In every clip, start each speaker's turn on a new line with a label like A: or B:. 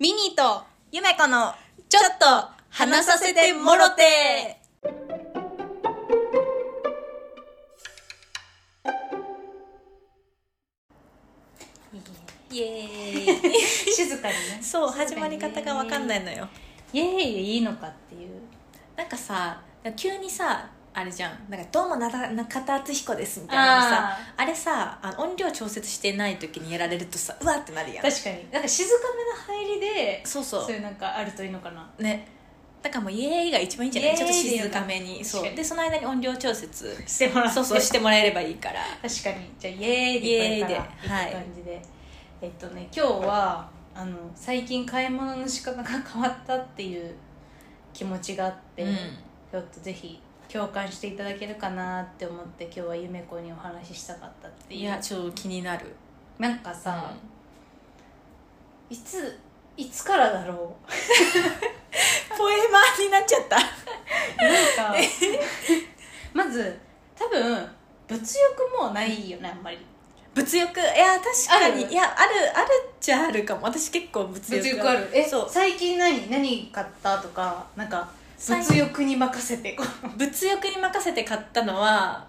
A: ミニーと
B: ゆめこの
A: ちょっと話させてもろてイエーイ
B: 静かにね
A: そう
B: 静かにね
A: 始まり方がわかんないのよ
B: イエーイでいいのかっていう
A: なんかさ急にさあれじゃんなんか「どうもなだ中田敦彦です」みたいなのさあれさあの音量調節してない時にやられるとさうわってなるやん
B: 確かになんか静かめの入りで
A: そう
B: そ
A: そうう
B: いうなんかあるといいのかな
A: ねだからもう「イエーイ」が一番いいんじゃな
B: イエ
A: い
B: ーイ
A: ちょっと静かめにそ
B: 確か
A: う
B: に
A: でその間に音量調節
B: してもらって
A: そうそうしてもらえればいいから
B: 確かにじゃあイエーイで
A: イエーイで
B: これから
A: はい
B: いい感じで、えっとね今日はあの最近買い物の仕方が変わったっていう気持ちがあって、
A: うん
B: ちょっとぜひ共感していただけるかなって思って今日はゆめこにお話ししたかったっていう
A: いやちょっと気に なる
B: なんかさ、いついつからだろう
A: ポエマーになっちゃった
B: なんかまず多分物欲もないよねあんまり
A: 物欲いや確かに
B: ある
A: いやあるあるっちゃあるかも私結構物欲
B: るえ
A: そう
B: 最近何何買ったとかなんか
A: 最
B: 物欲に任せてこ う
A: 物欲に任せて買ったのは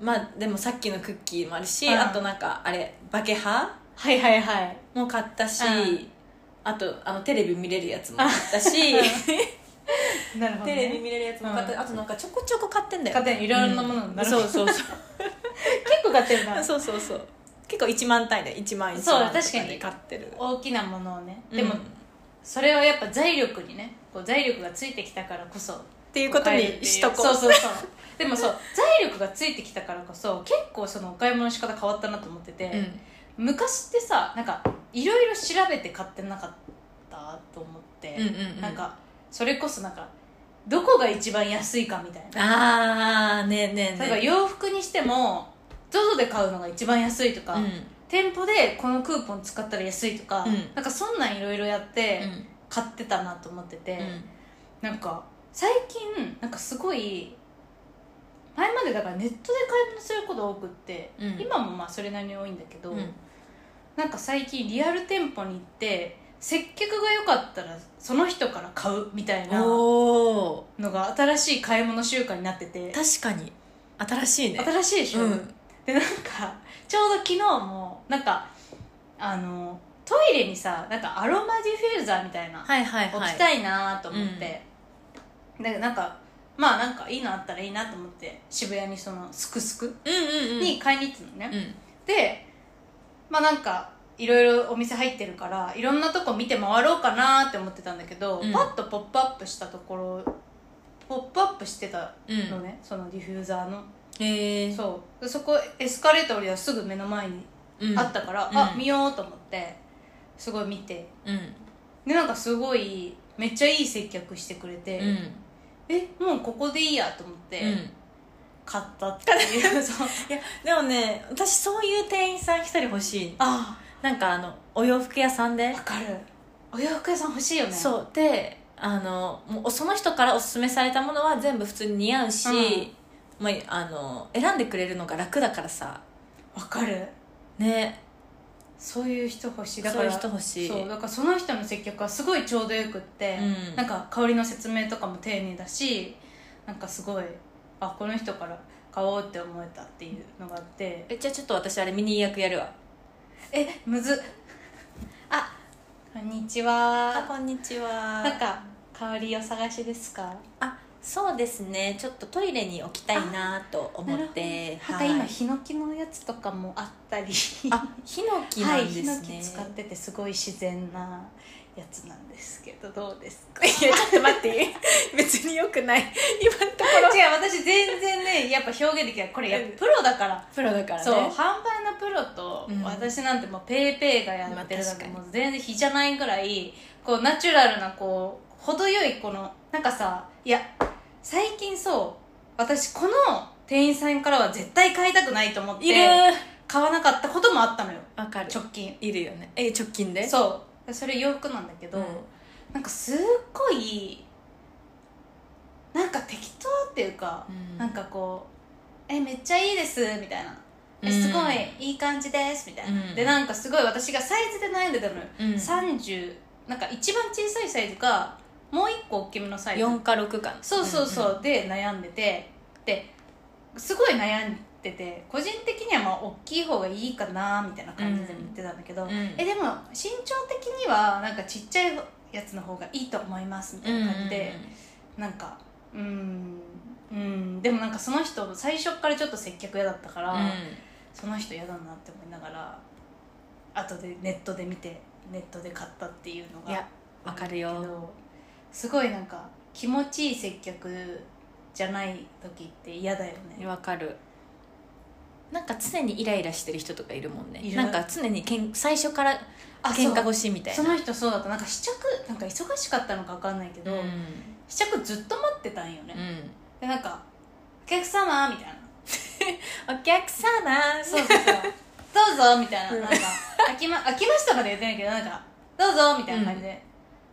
A: まあでもさっきのクッキーもあるし、
B: うん
A: あとなんかあれバケハ
B: はいはいはい
A: も買ったし、
B: うん
A: あとあのテレビ見れるやつも買った し、
B: なるほど、
A: テレビ
B: ね、
A: 見れるやつも買った、
B: うん
A: あとなんかちょこちょこ買ってんだよ
B: 買ってんいろんなもの
A: うん
B: なるほど
A: そうそうそう
B: 結構買ってる な
A: そうそうそう結構1万単位で1万1万
B: そう
A: と
B: 確か
A: で
B: に
A: 買ってる
B: 大きなものをね
A: うん
B: でも、それはやっぱ財力にねこう財力がついてきたからこそ
A: っていうことにしとこう
B: そうそう そうでもそう財力がついてきたからこそ結構そのお買い物の仕方変わったなと思ってて、
A: うん
B: 昔ってさなんかいろいろ調べて買ってなかったと思って、
A: うんうんうん
B: なんかそれこそなんかどこが一番安いかみたいな、
A: ああねえねえねえ
B: 例えば洋服にしても ZOZO で買うのが一番安いとか、
A: うんうん
B: 店舗でこのクーポン使ったら安いとか、
A: うん
B: なんかそんなんいろいろやって買ってたなと思ってて、なんか最近なんかすごい前までだからネットで買い物すること多くって、
A: うん
B: 今もまあそれなりに多いんだけど、
A: うんうん
B: なんか最近リアル店舗に行って接客が良かったらその人から買うみたいなの
A: おお
B: が新しい買い物習慣になってて
A: 確かに新しいね
B: 新しいでしょ、
A: うん
B: でなんかちょうど昨日もなんかあのトイレにさなんかアロマディフューザーみたいな、
A: はいはい
B: 置
A: は
B: き
A: い
B: たいなと思って、でなんかまあなんかいいのあったらいいなと思って渋谷にそのすくすく
A: うんうんうん
B: に買いに行ってたのね、
A: うん
B: でまあなんかいろいろお店入ってるからいろんなとこ見て回ろうかなって思ってたんだけど、
A: うん
B: パッとポップアップしたところポップアップしてた
A: うん
B: のね、そのディフューザーの、
A: へえ
B: そうでそこエスカレーター降りたらすぐ目の前に
A: うん
B: あったから、
A: うん
B: あ
A: うん
B: 見ようと思ってすごい見て
A: うん
B: でなんかすごいめっちゃいい接客してくれて、
A: うん
B: えもうここでいいやと思っ
A: う
B: て
A: ん
B: 買ったっていう、 そう
A: でもね私そういう店員さん一人欲しい
B: あ
A: なんかあのお洋服屋さんで
B: わかるお洋服屋さん欲しいよね
A: そうであのもうその人からおすすめされたものは全部普通に似合うし、まあ、あの選んでくれるのが楽だからさ
B: わかる
A: ね
B: そういう人欲しいだ
A: そ
B: か
A: うい
B: ら
A: う人欲しい
B: そうだからその人の接客はすごいちょうどよくって、
A: うん
B: なんか香りの説明とかも丁寧だしなんかすごいあこの人から買おうって思えたっていうのがあって
A: えじゃあちょっと私あれミニ役やるわ
B: えむずっあこんにちは
A: こんにちは
B: なんか香りお探しですか
A: あそうですねちょっとトイレに置きたいなと思って
B: なん
A: は
B: か
A: い
B: 今ヒノキのやつとかもあったり
A: あヒノキ な
B: はい、
A: んで
B: ヒ
A: すね、
B: ノキ使っててすごい自然なやつなんですけどどうですか
A: いやちょっと待って 別によくない今のとこ ろ
B: 違う私全然ねやっぱ表現できないこれやっぱプロだから
A: プロだからね
B: そう販売のプロと
A: うん
B: 私なんてもうペーペーがやってる
A: まあ
B: の
A: 確か
B: で
A: に
B: もう全然比じゃないぐらいこうナチュラルなこう程よいこのなんかさいや最近そう私この店員さんからは絶対買いたくないと思っ
A: いる
B: て買わなかったこともあったのよ
A: わかる
B: 直近
A: いるよねえ直近で
B: そうそれ洋服なんだけど、
A: うん
B: なんかすっごいなんか適当っていうか、
A: うん
B: なんかこう「えめっちゃいいです」みたいな「
A: う
B: え
A: ん
B: すごいいい感じです」みたいな、
A: うん
B: でなんかすごい私がサイズで悩んでたのよ、
A: うん
B: 30なんか一番小さいサイズかもう一個大きめのサイズ
A: 4か6か
B: そうそうそう、
A: んん
B: で悩んでてですごい悩んでて個人的にはまあ大きい方がいいかなみたいな感じで言ってたんだけど、
A: うん
B: えでも身長的にはなんかちっちゃいやつの方がいいと思いますみたいな感じで、なんかうんうんでもなんかその人最初からちょっと接客嫌だったから、
A: うんうんうん
B: その人嫌だなって思いながら後でネットで見てネットで買ったっていうの
A: いや
B: が
A: わかる
B: あんだけ
A: よ
B: どすごいなんか気持ちいい接客じゃない時って嫌だよね
A: わかるなんか常にイライラしてる人とかいるもんね
B: いる
A: なんか常にけん最初から
B: あ
A: 喧嘩
B: そう
A: 腰みたい
B: そ
A: な
B: の人そうだったなんか試着なんか忙しかったのか分かんないけど、
A: うん
B: 試着ずっと待ってたんよね、
A: う
B: で
A: ん
B: なんか「お客様」みたいな
A: お客様
B: そうそうそうどうぞみたいな
A: うん
B: なんか飽き,、ま「飽きました」まで言ってないけどなんか「どうぞ」みたいな感じで、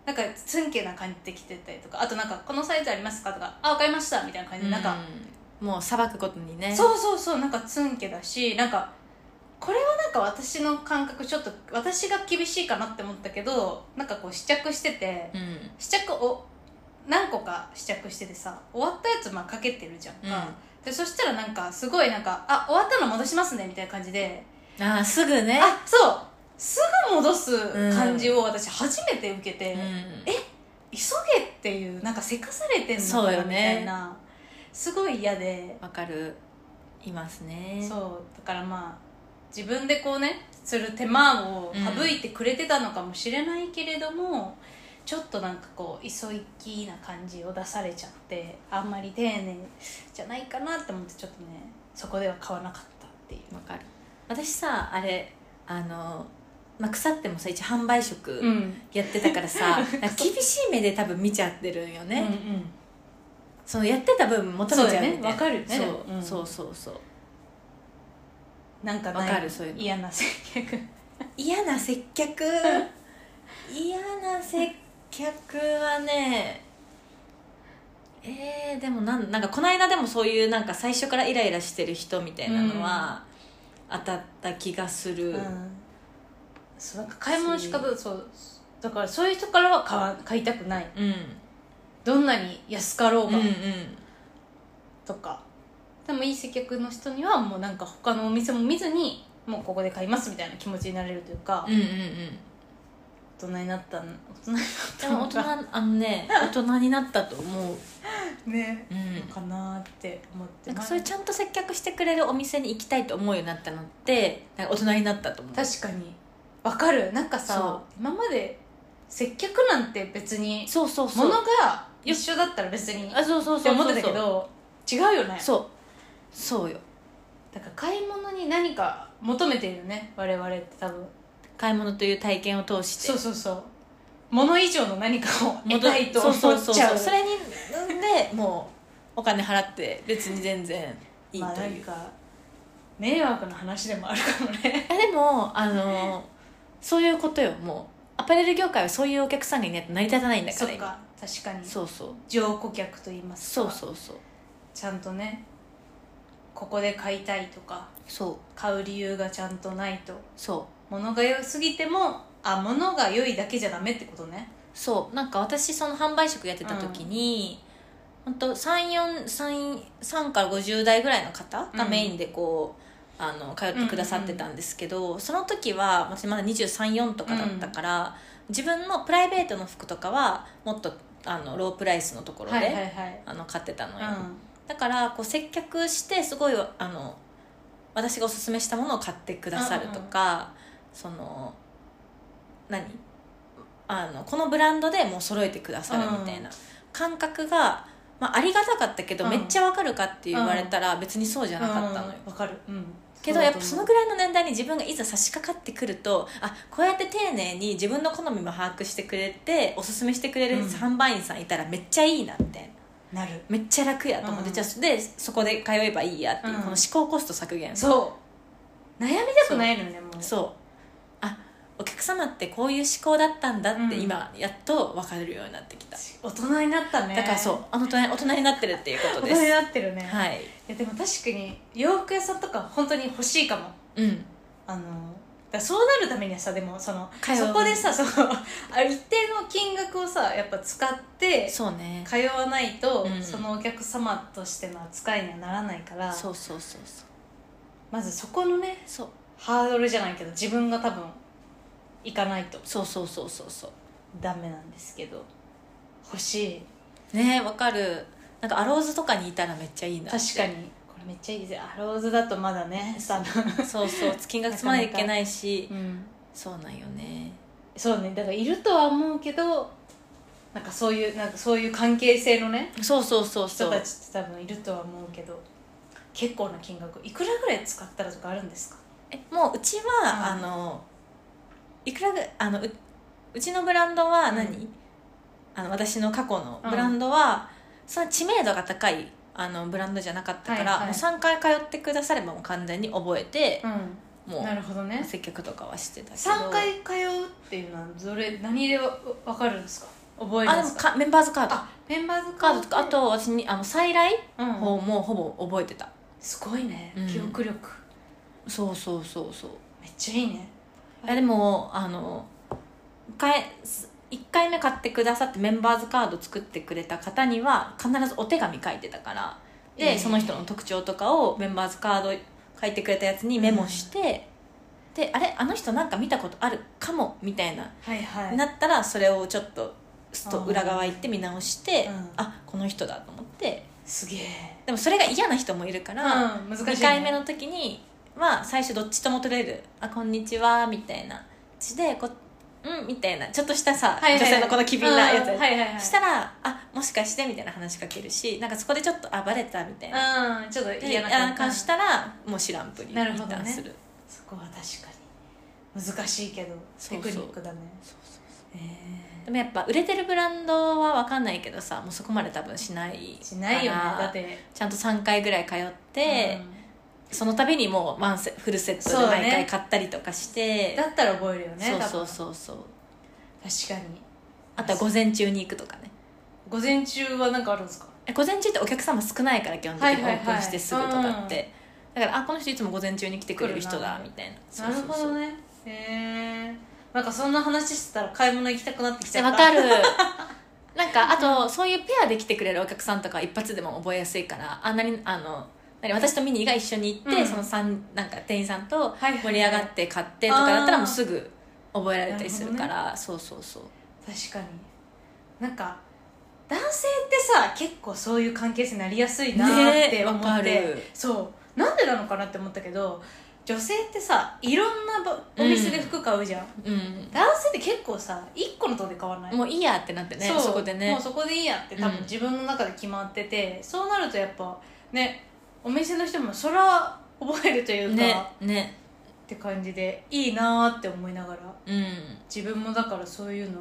B: なんかツンケな感じで来てたりとかあとなんか「このサイズありますか?」とか「あわかりました」みたいな感じでなんか、
A: うんもう裁くことにね
B: そうそうそうなんかツンケだしなんかこれはなんか私の感覚ちょっと私が厳しいかなって思ったけどなんかこう試着してて
A: うん
B: 試着を何個か試着しててさ終わったやつまあかけてるじゃん
A: うん
B: か、でそしたらなんかすごいなんか「あ終わったの戻しますね」みたいな感じで
A: あーすぐね
B: あそうすぐ戻す感じを私初めて受けて、
A: うん
B: 急げっていうなんかせかされてんのか
A: そう
B: な
A: よ
B: み
A: ね
B: たいな、すごい嫌で、
A: わかるいますね
B: そうだからまあ自分でこうねする手間を省いてくれてたのかもしれないけれども、ちょっとなんかこう急いきな感じを出されちゃってあんまり丁寧じゃないかなって思ってちょっとねそこでは買わなかったっていう。
A: わかる私さあれあの、まあ、腐ってもさ一応販売職
B: ん、
A: やってたか らさ、なんか厳しい目で多分見ちゃってるんよね、
B: うんうん
A: そのやってた分求めち
B: そう
A: ゃうみたいな
B: だよねわかるよね
A: そう,、
B: でもうん
A: そうそうそう
B: なんか
A: わ
B: ない
A: かるそういうの
B: 嫌な接客
A: 嫌な接 客嫌な接客はねえー、でもなんなんかこの間でもそういうなんか最初からイライラしてる人みたいなのは当たった気がする、
B: そうなんか買い物しかぶそうだからそういう人からは買わ買いたくない
A: うん、うん
B: どんなに安かろう
A: うん
B: がとか、でもいい接客の人にはもうなんか他のお店も見ずにもうここで買いますみたいな気持ちになれるというか、
A: うんうんうん
B: 大人になったん大人になった
A: でも大人あ のね大人になったと思う、
B: 人ね
A: うん、
B: かなーって思って
A: なん
B: ま
A: か
B: す
A: そういうちゃんと接客してくれるお店に行きたいと思うようになったのってなんか大人になったと思う
B: 確かにわかるなんか
A: そう
B: さ今まで接客なんて別に
A: そうそうそう
B: 物が一緒だったら別に
A: あそうそ
B: っ
A: う
B: て
A: そう
B: 思
A: そう
B: ってたけど違うよね
A: そうそうよ
B: だから買い物に何か求めてるよね我々って多分
A: 買い物という体験を通して
B: そうそうそう物以上の何かを得
A: 戻
B: たいと思っちゃう
A: そうそうそうそれにんでもうお金払って別に全然いい
B: まあ
A: と
B: なん
A: いう、
B: か迷惑な話でもあるかもね
A: えでもあのそういうことよもうアパレル業界はそういうお客さんがいないと成り立たないんだか
B: そ
A: ら
B: っか確か
A: 今
B: に
A: そうそう
B: 上顧客と言いますか
A: そうそうそう
B: ちゃんとねここで買いたいとか
A: そう
B: 買う理由がちゃんとないと
A: そう
B: 物が良すぎてもあ物が良いだけじゃダメってことね
A: そうなんか私その販売職やってた時に、ほん、本当三四三三から50代ぐらいの方がメインでこう、あの通ってくださってたんですけど、その時は私まだ234とかだったから、自分のプライベートの服とかはもっとあのロープライスのところで、
B: はいはいはい
A: あの買ってたの
B: う
A: よ、
B: ん
A: だからこう接客してすごいあの私がおすすめしたものを買ってくださるとか、その何あのこのブランドでもう揃えてくださるみたいな感覚が、まあ、ありがたかったけど、
B: うん
A: めっちゃわかるかって言われたら別にそうじゃなかったのよ。
B: うんわかるうん
A: けどやっぱそのぐ
B: らい
A: らいの年代に自分がいざ差し掛かってくるとあこうやって丁寧に自分の好みも把握してくれておすすめしてくれる
B: うん
A: 販売員さんいたらめっちゃいいなみたいな
B: なる
A: めっちゃ楽やと思って、
B: うん
A: じゃあでそこで通えばいいやってい
B: う
A: う、
B: ん
A: この思考コスト削減う
B: そう悩みたくないのよねもう
A: そうあお客様ってこういう思考だったんだって
B: うん
A: 今やっと分かるようになってきた、
B: 大人になったね
A: だからそうあの大人大人になってるっていうこと
B: 大
A: で
B: 人に
A: す
B: なってるね、い、
A: はい
B: やでも確かに洋服屋さんとか本当に欲しいかも
A: うん
B: あのだからそうなるためにはさでもその
A: 通う
B: そこでさその あ一定の金額をさやっぱ使って
A: そうね
B: 通わないと、
A: うん
B: そのお客様としての扱いにはならないから
A: そうそうそうそう
B: まずそこのね
A: そう
B: ハードルじゃないけど自分が多分行かないと
A: そうそうそうそうそう
B: ダメなんですけど欲しい
A: ねわかるなんかアローズとかにいたらめっちゃいいな
B: 確かにこれめっちゃいいですよアローズだとまだね多分、
A: そうそう金額つまないといけないし
B: うん、
A: そうなんよね
B: そうねだからいるとは思うけどなんかそういうなんかそういう関係性のね
A: そうそうそうそ
B: 人
A: う
B: たちって多分いるとは思うけど結構な金額いくらぐらい使ったらとかあるんですか
A: えもううちは、
B: うん
A: あのいくらぐあのううちのブランドは何、
B: うん
A: あの私の過去のブランドは、その知名度が高いあのブランドじゃなかったから、
B: はいはい
A: もう3回通ってくださればもう完全に覚えて、
B: う
A: も
B: な
A: う
B: るほどね
A: 接客とかはしてたけど
B: 3回通うっていうのはどれ何でわわかるんですか覚えるんで
A: あでも
B: すか
A: かメンバーズカード
B: あメンバーズ
A: カードとかあ、と私にあの再来
B: うん
A: 方もほぼ覚えてた、
B: すごいね、
A: うん
B: 記憶力
A: そうそうそうそう
B: めっちゃいいね
A: いやでもあのかえす1回目買ってくださってメンバーズカード作ってくれた方には必ずお手紙書いてたからで、
B: えー
A: その人の特徴とかをメンバーズカード書いてくれたやつにメモして、であれあの人なんか見たことあるかもみたいな、
B: はいはい
A: なったらそれをちょっとすっと
B: あー
A: 裏側行って見直し
B: う
A: て、
B: ん
A: あこの人だと思って
B: すげえ
A: でもそれが嫌な人もいるから、
B: うん難しい、ね、
A: 2回目の時には最初どっちとも取れる「あこんにちは」みたいなちでこ「うん」みたいなちょっとしたさ、
B: はいはい
A: 女性のこの機敏なやつ、
B: うんはいはいはい
A: したら「あもしかして」みたいな話しかけるしなんかそこでちょっと暴れたみたいな、
B: うんちょっと
A: で
B: 嫌
A: 嫌
B: な
A: な
B: 感
A: 感
B: じ
A: じしたらもう知らんぷり
B: なるほどね
A: 一旦する
B: そこは確かに難しいけど
A: そうそう
B: テクニックだね
A: そうそう
B: え
A: でもやっぱ売れてるブランドは分かんないけどさもうそこまで多分しない
B: ーしないよね
A: から
B: だって
A: ちゃんと3回ぐらい通って、
B: う
A: その度にもうワンセフルセット
B: そ
A: で
B: うだね
A: 毎回買ったりとかして
B: んだったら覚えるよね
A: そうそう
B: う
A: そうそう
B: 確かに
A: あとは午前中に行くとかね
B: 午前中は何かあるんですか
A: え午前中ってお客様少ないから基本的に
B: は
A: オ
B: いはいは
A: ー
B: い
A: プンしてすぐとかって、だからあこの人いつも午前中に来てくれる人だ
B: 来るな
A: みたいな
B: なる
A: そうそう
B: ほ
A: そう
B: どねへえなんかそんな話してたら買い物行きたくなってきち
A: え
B: ゃ
A: わ
B: った
A: かる なんかあとそういうペアで来てくれるお客さんとかは一発でも覚えやすいからあんなにあの何私とミニーが一緒に行って、
B: うん
A: その三なんか店員さんと
B: はいはい
A: 盛り上がって買ってとかだったらもうすぐ覚えられたりするからそうそうそう
B: 確かになんか男性ってさ結構そういう関係性になりやすいなーって
A: ね
B: 思
A: わ
B: っ
A: か
B: て、
A: る
B: そうなんでなのかなって思ったけど女性ってさいろんなばお店で服買うじゃん、
A: うん
B: 男性って結構さ1個のとこで買わない
A: もういいやってなってね
B: う
A: そこでね
B: もうそこでいいやって多
A: う
B: 分
A: ん
B: 自分の中で決まってて、そうなるとやっぱねお店の人もそら覚えるというか、
A: ねね
B: って感じでいいなーって思いながら
A: うん
B: 自分もだからそういうの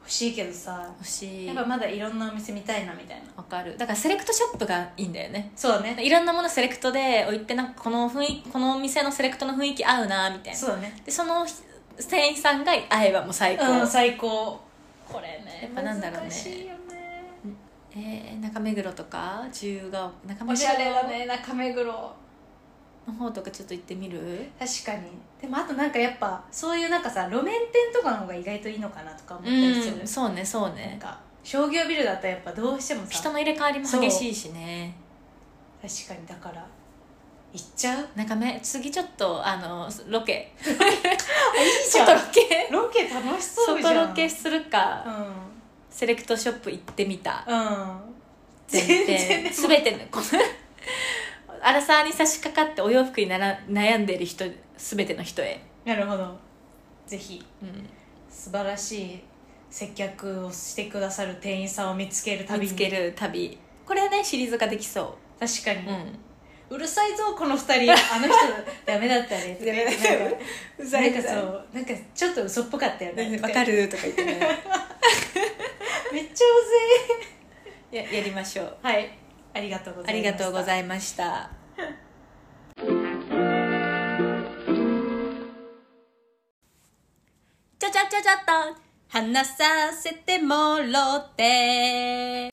B: 欲しいけどさ
A: 欲しい
B: やっぱまだいろんなお店見たいなみたいな
A: わかるだからセレクトショップがいいんだよね
B: そうだね
A: いろんなものセレクトで置いてなんかこの雰囲気このお店のセレクトの雰囲気合うなみたいな
B: そうだね
A: でその店員さんが会えばもう最高、
B: うん最高
A: これねやっぱなんだろう
B: 難しい
A: ね
B: よね
A: えー、中目黒とか自由が丘中目
B: おしゃれだ
A: 黒
B: ね中目黒
A: の方とかちょっと行ってみる
B: 確かにでもあとなんかやっぱそういうなんかさ路面店とかの方が意外といいのかなとか思ったりする、
A: うんそうねそう
B: なん
A: ね
B: か商業ビルだったらやっぱどうしても
A: 人
B: さ
A: の入れ替わりも激しいしね
B: 確かにだから行っちゃう
A: 中目次ちょっとあのロケ
B: いい
A: 外ロケ
B: ロケ楽しそうじゃん
A: 外ロケするか、
B: うん
A: セレクトショップ行ってみた
B: うん全
A: 全
B: 然で
A: 然
B: も
A: 全てのこのアラサーに差し掛かってお洋服になら悩んでる人全ての人へ、
B: なるほどぜひ
A: うん、
B: 素晴らしい接客をしてくださる店員さんを見つける旅に
A: 旅つける旅これはねシリーズができそ
B: 確かに、
A: う、
B: う
A: う
B: るさいぞこの二人あの人ダメだったね
A: ダメだったよ
B: なんか
A: ん、
B: なんかそうなんかちょっと嘘っぽかったよね
A: わかるとか言ってね
B: めっちゃうぜ
A: ややりましょう
B: えはいありがとうござい
A: あ
B: ま
A: り
B: した
A: がとうございま したちゃちゃちゃちゃっと
B: 話させてもろって